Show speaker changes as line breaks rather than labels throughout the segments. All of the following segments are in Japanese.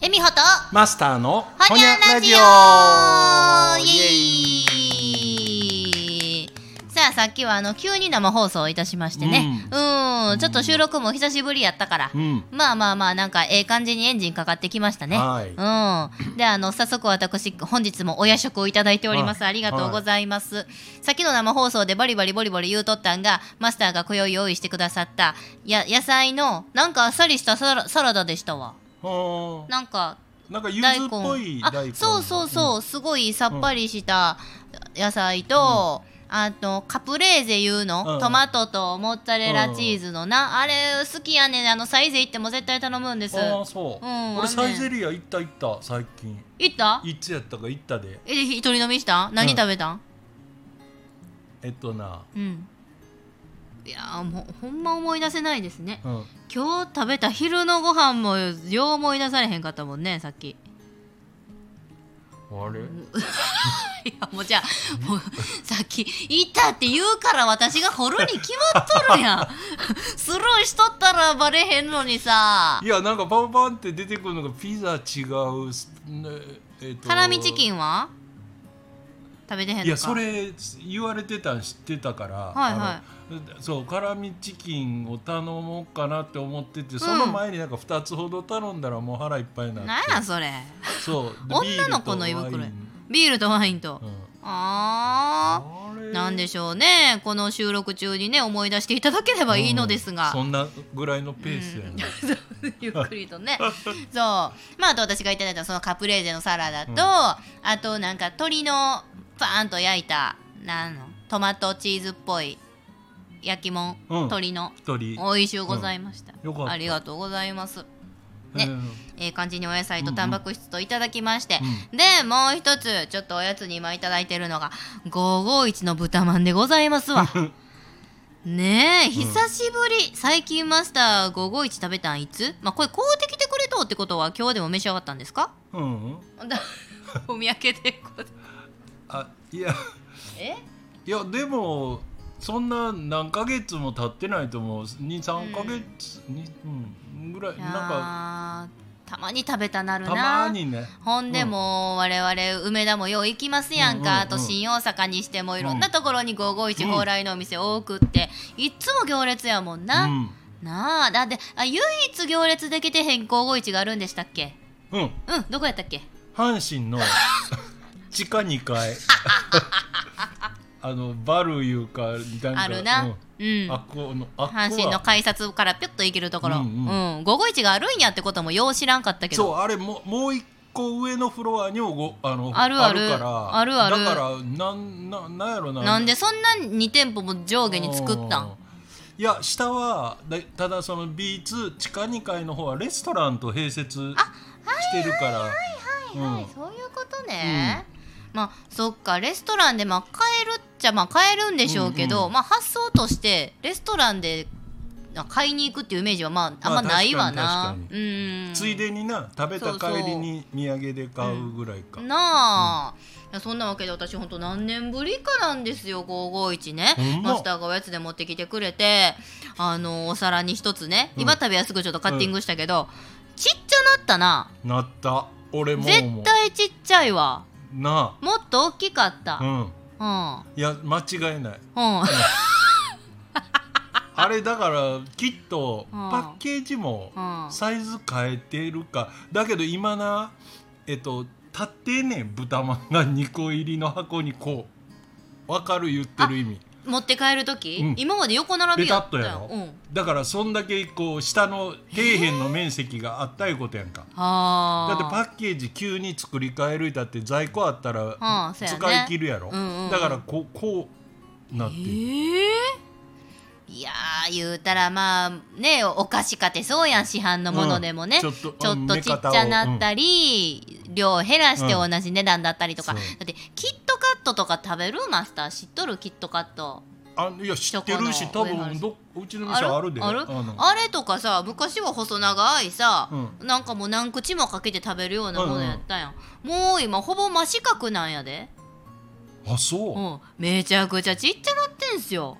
と
マスターの
ほにゃラジオイエイさあさっきはあの急に生放送いたしましてねうーんちょっと収録も久しぶりやったから、
うん
まあまあまあなんかええ感じにエンジンかかってきましたね
はい
うんであの早速私本日もお夜食をいただいております
はい
ありがとうございます、さっきの生放送でバリバリボリボリ言うとったんがマスターが今宵用意してくださったや野菜のなんかあっさりしたサラサラダでしたわ
は
なんか
あなんか柚
大
子
根
っぽい
あ
大根
そうそうそう、すごいさっぱりした野菜と、あとカプレーゼいうの、
うん
トマトとモッツァレラチーズのな、あれ好きやねんあのサイゼ行っても絶対頼むんです
うんああ
行
そう、
うん
俺
あんねん
サイゼリア行った行った最近
った
いつやったか行ったで
え一人飲みした何
うん
食べたん
えっとな
うん、いやーもうほんま思い出せないですね
うん
今日食べた昼のご飯もよう思い出されへんかったもんねさっき
あれ
いやもうじゃあもうさっき「いた」って言うから私が掘るに決まっとるや んスルーしとったらバレへんのにさ
いやなんかパンパンって出てくるのがピザ違うすねえっと
ハラミチキ
ン
ンは食べてへんのか
いやそれ言われてたん知ってたから、
はい
あのそう辛味チキンを頼もうかなって思っててその前になんか2つほど頼んだらもう腹いっぱいになって、
なんやそれ
そうで
女の子の胃袋
ビールとワイ
やビールとワイン
ン
と、
う
あー
んあれ
なんでしょうねこの収録中にね思い出していただければいいのですが、
うんそんなぐらいのペースや ね、
ゆっくりと ねそうまああと私がいただいたそのカプレーゼのサラダと、
うん
あとなんか鶏のパーンと焼いたなんのトマトチーズっぽい焼きもん、
うん
鶏の
一人
おいしゅうございました,、
うんよかった
ありがとうございますね
うん
ええ感じにお野菜とタンパク質といただきまして、
うん
でもう一つちょっとおやつに今いただいてるのが551の豚まんでございます わねえ久しぶり、最近マスター551食べたんいつまあこれ買うてきてくれとってことは今日でも召し上がったんです か
うんうん
だお土産でこれ
あいや
え
いやでもそんな何ヶ月も経ってないと思う23ヶ月に、うん、ぐらい
いや
なんか
ーたまに食べたなる
た
な
まにね
ほんで
うん
もう我々梅田もよう行きますやん
うんうんうん
か、あと新大阪にしてもいろんなところに551
うん
蓬莱のお店多くっていっつも行列やもんな、
うん
なあだってあ唯一行列できてへん551があるんでしたっけ
うん、
うんどこやったっけ
阪神の地下2階あのバルいうかなんか
あるな
うん
うん
あっこのあっこは
阪神の改札からピュッと行けるところ、
う
うんん
う
551があるんやってこともよう知らんかったけ
そう
ど
あれももう一個上のフロアにもごあの
あるある
から
あるある
だからなんななんやろな
な
なん
でそんな2店舗も上下に作ったん
いや下はだただその B2 地下2階の方はレストランと併設してるから
はい、
うん
そういうことね、まあそっかレストランでまあ買えるっちゃまあ買えるんでしょうけど、
うんうん
まあ発想としてレストランであ買いに行くっていうイメージはまああんまないわ
まあ
な
確かに確
うん
ついでにな食べた帰りに土産で買うぐらいか、
なあ、いやそんなわけで私ほんと何年ぶりかなんですよ551ね
ほんま
マスターがおやつで持ってきてくれてあのお皿に一つね
うん
今食べやすくちょっとカッティングしたけど、ちっちゃなったな
なった俺も思う
絶対ちっちゃいわ
な
もっと大きかった
あう
うん
ん
うん、
いや間違いない
う
あれだからきっと
うん
パッケージも
ん
サイズ変えてるかだけど今なえっと立ってんねん豚まんが2個入りの箱にこうわかる言ってる意味
持って帰る時、
うん
今まで横並びやった
ベタっとやろ
うん、
だからそんだけこう下の底辺の面積があったいうことやんかだ
あ
って
ー
パッケージ急に作り変えるいたって在庫あった
う
ら
んそうやね
使い切るやろ
うんうんうん
だからこうこうなってる
ええいやー言うたらまあねお菓子かてそうやん市販のものでもね、
うんちょっ
ち
と
ょっとちっちゃなったり、量減らして同じ値段だったりとか、
うん
だ
そう
ってキットカットとか食べるマスター知っとるキットカット
あいや知ってるし
そこ
多分
の
どうちの店あるで
ある
の
あれとかさ昔は細長いさ、
う
なんかもう何口もかけて食べるようなものやったやん、もう今ほぼ真四角なんやで
あそう
うん、めちゃくちゃちっちゃなってんすよ。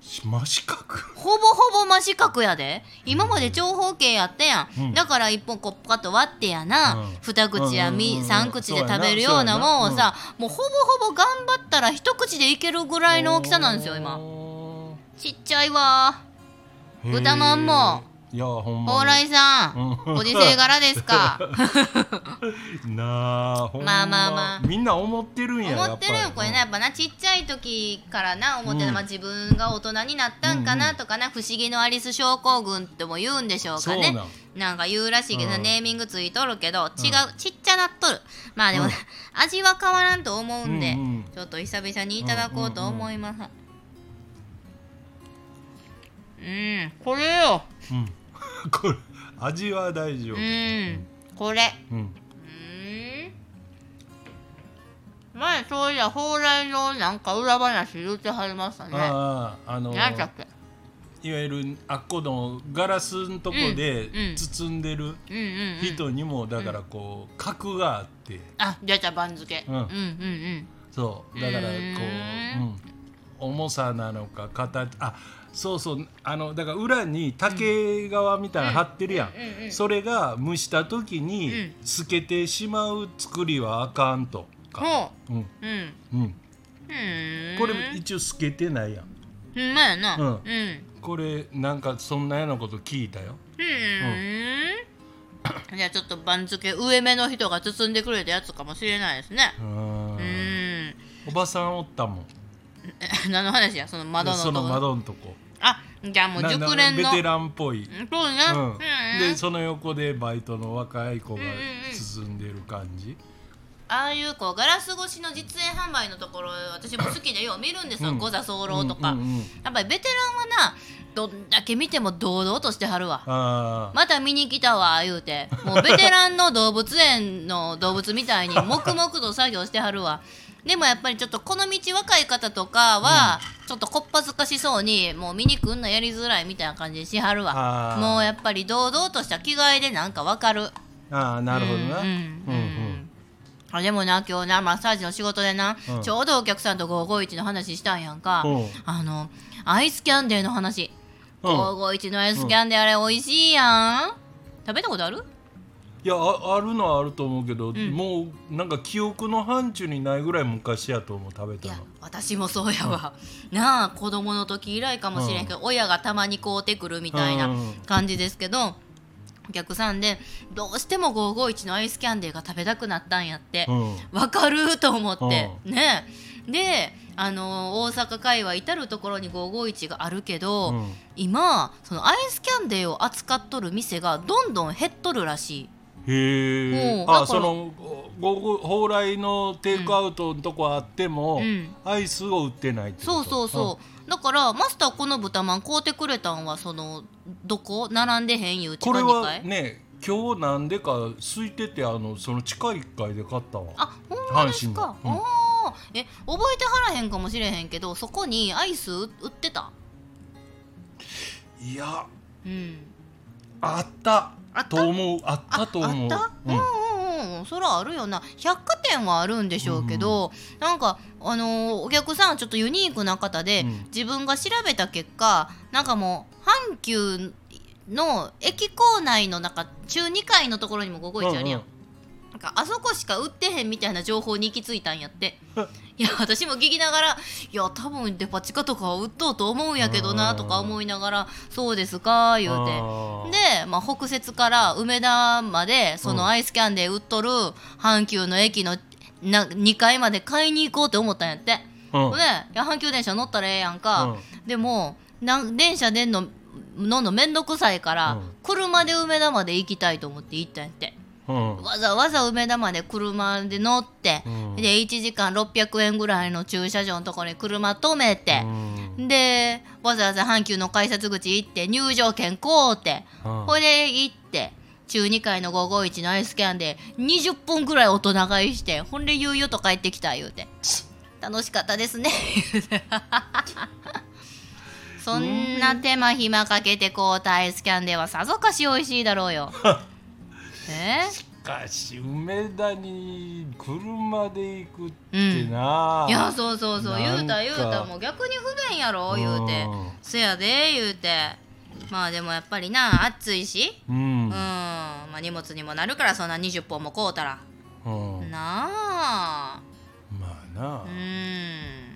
真四角
ほぼほぼ真四角やで今まで長方形やったやん、
うん
だから一本こうパカッと割ってやな、
うん
二口やみ、
うんうんうん
三口で食べるようなもんをさ、もうほぼほぼ頑張ったら一口でいけるぐらいの大きさなんですよ今ちっちゃいわ
へー
豚まんも
いやほんまに
蓬莱さん、
うん
おじせい柄ですか
なあほん
ま
ま
あまあまあ
みんな思ってるんや
思ってる
や
よ
ぱ
これ
り
ねやっぱなちっちゃい時からな思ってる、
うん
まあ、自分が大人になったんかなとかな、不思議のアリス症候群とも言うんでしょうか
そ
ね
うなん
なんか言うらしいけど、
うん
ネーミングついとるけど違う、ちっちゃなっとるまあでも、
うん
味は変わらんと思うんで、
うんうん
ちょっと久々にいただこうと思いますうんこれよ
うん、これ味は大丈夫
うんこれ
うん
うん前そういや蓬莱のなんか裏話言うてはりましたね
あああの
何だっけ
いわゆるあっこのガラスのとこで
うんうん
包んでる
うんうん、うん、
人にもだからこう格があって
あ出た番付、
うん
うんうんうん
そうだからこう、
うーん
うん、重さなのか形あそうそうあのだから裏に竹側みたいなの貼ってるやん、
うんうん
それが蒸した時に
う
透けてしまう作りはあかんとか、
ほ
うん
ううん
うん、
うん
これ一応透けてないやん
ほんまやな
うん
うんうん
これなんかそんなようなこと聞いたよ
じゃあちょっと番付上目の人が包んでくれたやつかもしれないですね
うー
うんん
おばさんおったもん
何の話やその窓の
そ
と
の
こ
窓のとこ
あじゃあもう
な
熟
な
練
ベ
の
テランっぽ
う
い、
んそうね
う
うん
ん、でその横でバイトの若い子が
うんうんうん
進んでる感じ、
ああいうこうガラス越しの実演販売のところ私も好きでよう見るんですよ
うん
五座候とか
うんうんうん
やっぱりベテランはなどんだけ見ても堂々としてはるわ
ああ
また見に来たわ言うてもうベテランの動物園の動物みたいに黙々と作業してはるわでもやっぱりちょっとこの道若い方とかは、ちょっとこっぱずかしそうにもう見に来んのやりづらいみたいな感じでしはる
あ
わ
ー
もうやっぱり堂々とした着替えでなんかわかる
ああなるほどな、
うんうん、うんあでもな今日なマッサージの仕事でな、
うん
ちょうどお客さんと551の話したんやんか、
うん
あのアイスキャンデーの話
うん
551のアイスキャンデーあれ美味しいやん食べたことある
いやああるのはあると思うけど、もうなんか記憶の範疇にないぐらい昔やと思う食べ
い
た
や
の
私もそうやわ、なあ子供の時以来かもしれんけど、親がたまに買うてくるみたいな
うん
感じですけど、お客さんでどうしても551のアイスキャンデーが食べたくなったんやって
う、ん
わかると思って、ねえであの大阪界隈至る所に551があるけど、
うん
今そのアイスキャンデーを扱っとる店がどんどん減っとるらしい
へえ
うんだから
あそのごご蓬莱のテイクアウトのとこあっても、
うん
アイスを売ってないって
そ
こと
うそうそうだからマスターこの豚まん買うてくれたんはそのどこ並んでへんいう
うん
地
こ
下
れ
2
は
階、
ね今日なんでか空いててあのその地下1階で買ったわ
あほんまです
阪
か、
神の
あーえ覚えてはらへんかもしれへんけどそこにアイス売ってた
いや
うん
あった
あった
と思うあっ
あ
たと思う
あった
う
うんんうんうんうんそらあるよな百貨店はあるんでしょうけど、なんかあのーお客さんちょっとユニークな方で、
うん
自分が調べた結果なんかもう阪急の駅構内のなんか中2階のところにも551あるやん、
うん
なんかあそこしか売ってへんみたいな情報に行き着いたんやって。いや私も聞きながら「いや多分デパ地下とかは売っとうと思うんやけどな」とか思いながら「そうですか」言うて
あー
で、まあ、北節から梅田までそ
うん
のアイスキャンデー売っとる阪急の駅のな2階まで買いに行こうって思ったんやって、
うん
ほんでいや阪急電車乗ったらええやんか、
う
でもなん電車出んの乗んのめんどくさいから、
うん
車で梅田まで行きたいと思って行ったんやって
うん
わざわざ梅田まで車で乗って、
うん
で1時間600円ぐらいの駐車場のところに車止めて、
うん
でわざわざ阪急の改札口行って入場券買うて、
うん
ほいで行って中2階の551のアイスキャンで20分ぐらい大人買いしてほんで悠々と帰ってきた言うて「楽しかったです ね」言うてそんな手間 暇かけて買うたアイスキャンデーはさぞかし美味しいだろうよえ
かし梅田に車で行くってな、
いやそうそうそう
な
言う
んか
た言うたもう逆に不便やろ言うて
うん
せやで言うてまあでもやっぱりな暑いし
うん
うん、まあ荷物にもなるからそんな20本も買うたら
うん
なあ
まあな、
うん
へ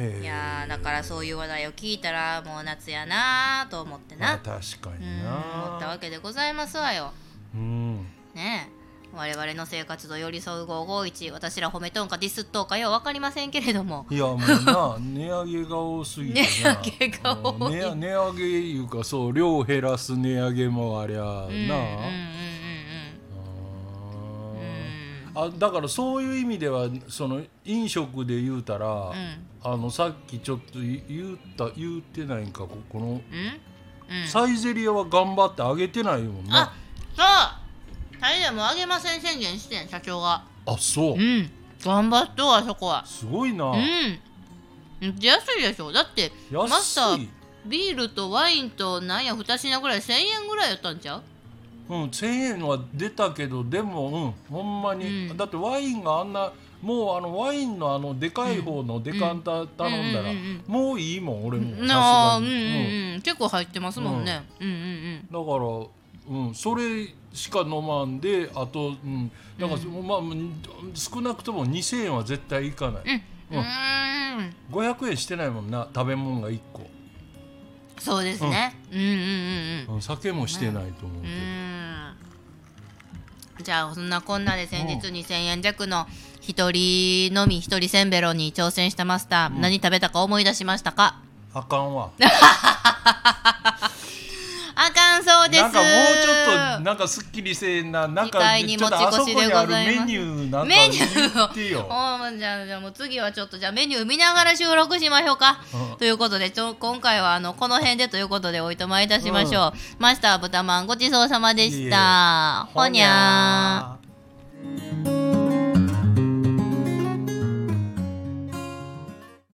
え
いやーだからそういう話題を聞いたらもう夏やなあと思って
まあ
な
確か
うん
にな
思ったわけでございますわよ
うん
ねえ我々の生活と寄り添う551私ら褒めとんかディスっとんかよう分かりませんけれども
いやもうな値上げが多すぎてな
値上げが多い
うん値値上げいうかそう量を減らす値上げもありゃな、
うんうんうん
うん
うんうん
あだからそういう意味ではその飲食で言うたら、
う
あのさっきちょっと言った言ってないんかここの
んうんうん
サイゼリアは頑張って上げてないもん
あ
な
そうタイでもあげません宣言してん社長が
あそう
うん頑張っとあそこは
すごいな、
うんめっちゃ安いでしょだってマスタ
安
ー
い、
ビールとワインとなんや2品ぐらい1000円ぐらいやったんちゃう
うん、1000円は出たけどでも、うん、ほんまに、
うん
だってワインがあんなもうあのワインのあのでかい方のデカンタ頼んだら、
うんうんうん
もういいもん俺もさす
なあ
が
うんう
に、うん
んうん結構入ってますもんねうんうんうん
だから、うん、それしか飲まんであと、うん、だから、まあうん少なくとも2000円は絶対いかない、
うんう
うん
ーん
500円してないもんな食べ物が1個、
そうですねうんうんうんうん
うん酒もしてないと思う
う
けど、
ーんじゃあそんなこんなで先日2000円弱の一人のみ一人せんべろに挑戦したマスター、何食べたか思い出しましたか
あかんわ
あかんそうです
なんかもうちょっとなんかすっきりせえなな
次
んか
回に
ちょっとあそこにあるメニューなんか
メニュ
言
ー
ってよ
をおーじゃあじゃあもう次はちょっとじゃあメニュー見ながら収録しましょうか、
うん
ということでちょ今回はあのこの辺でということでおいとまいたしましょう、マスター豚まんごちそうさまでしたほにゃー
ー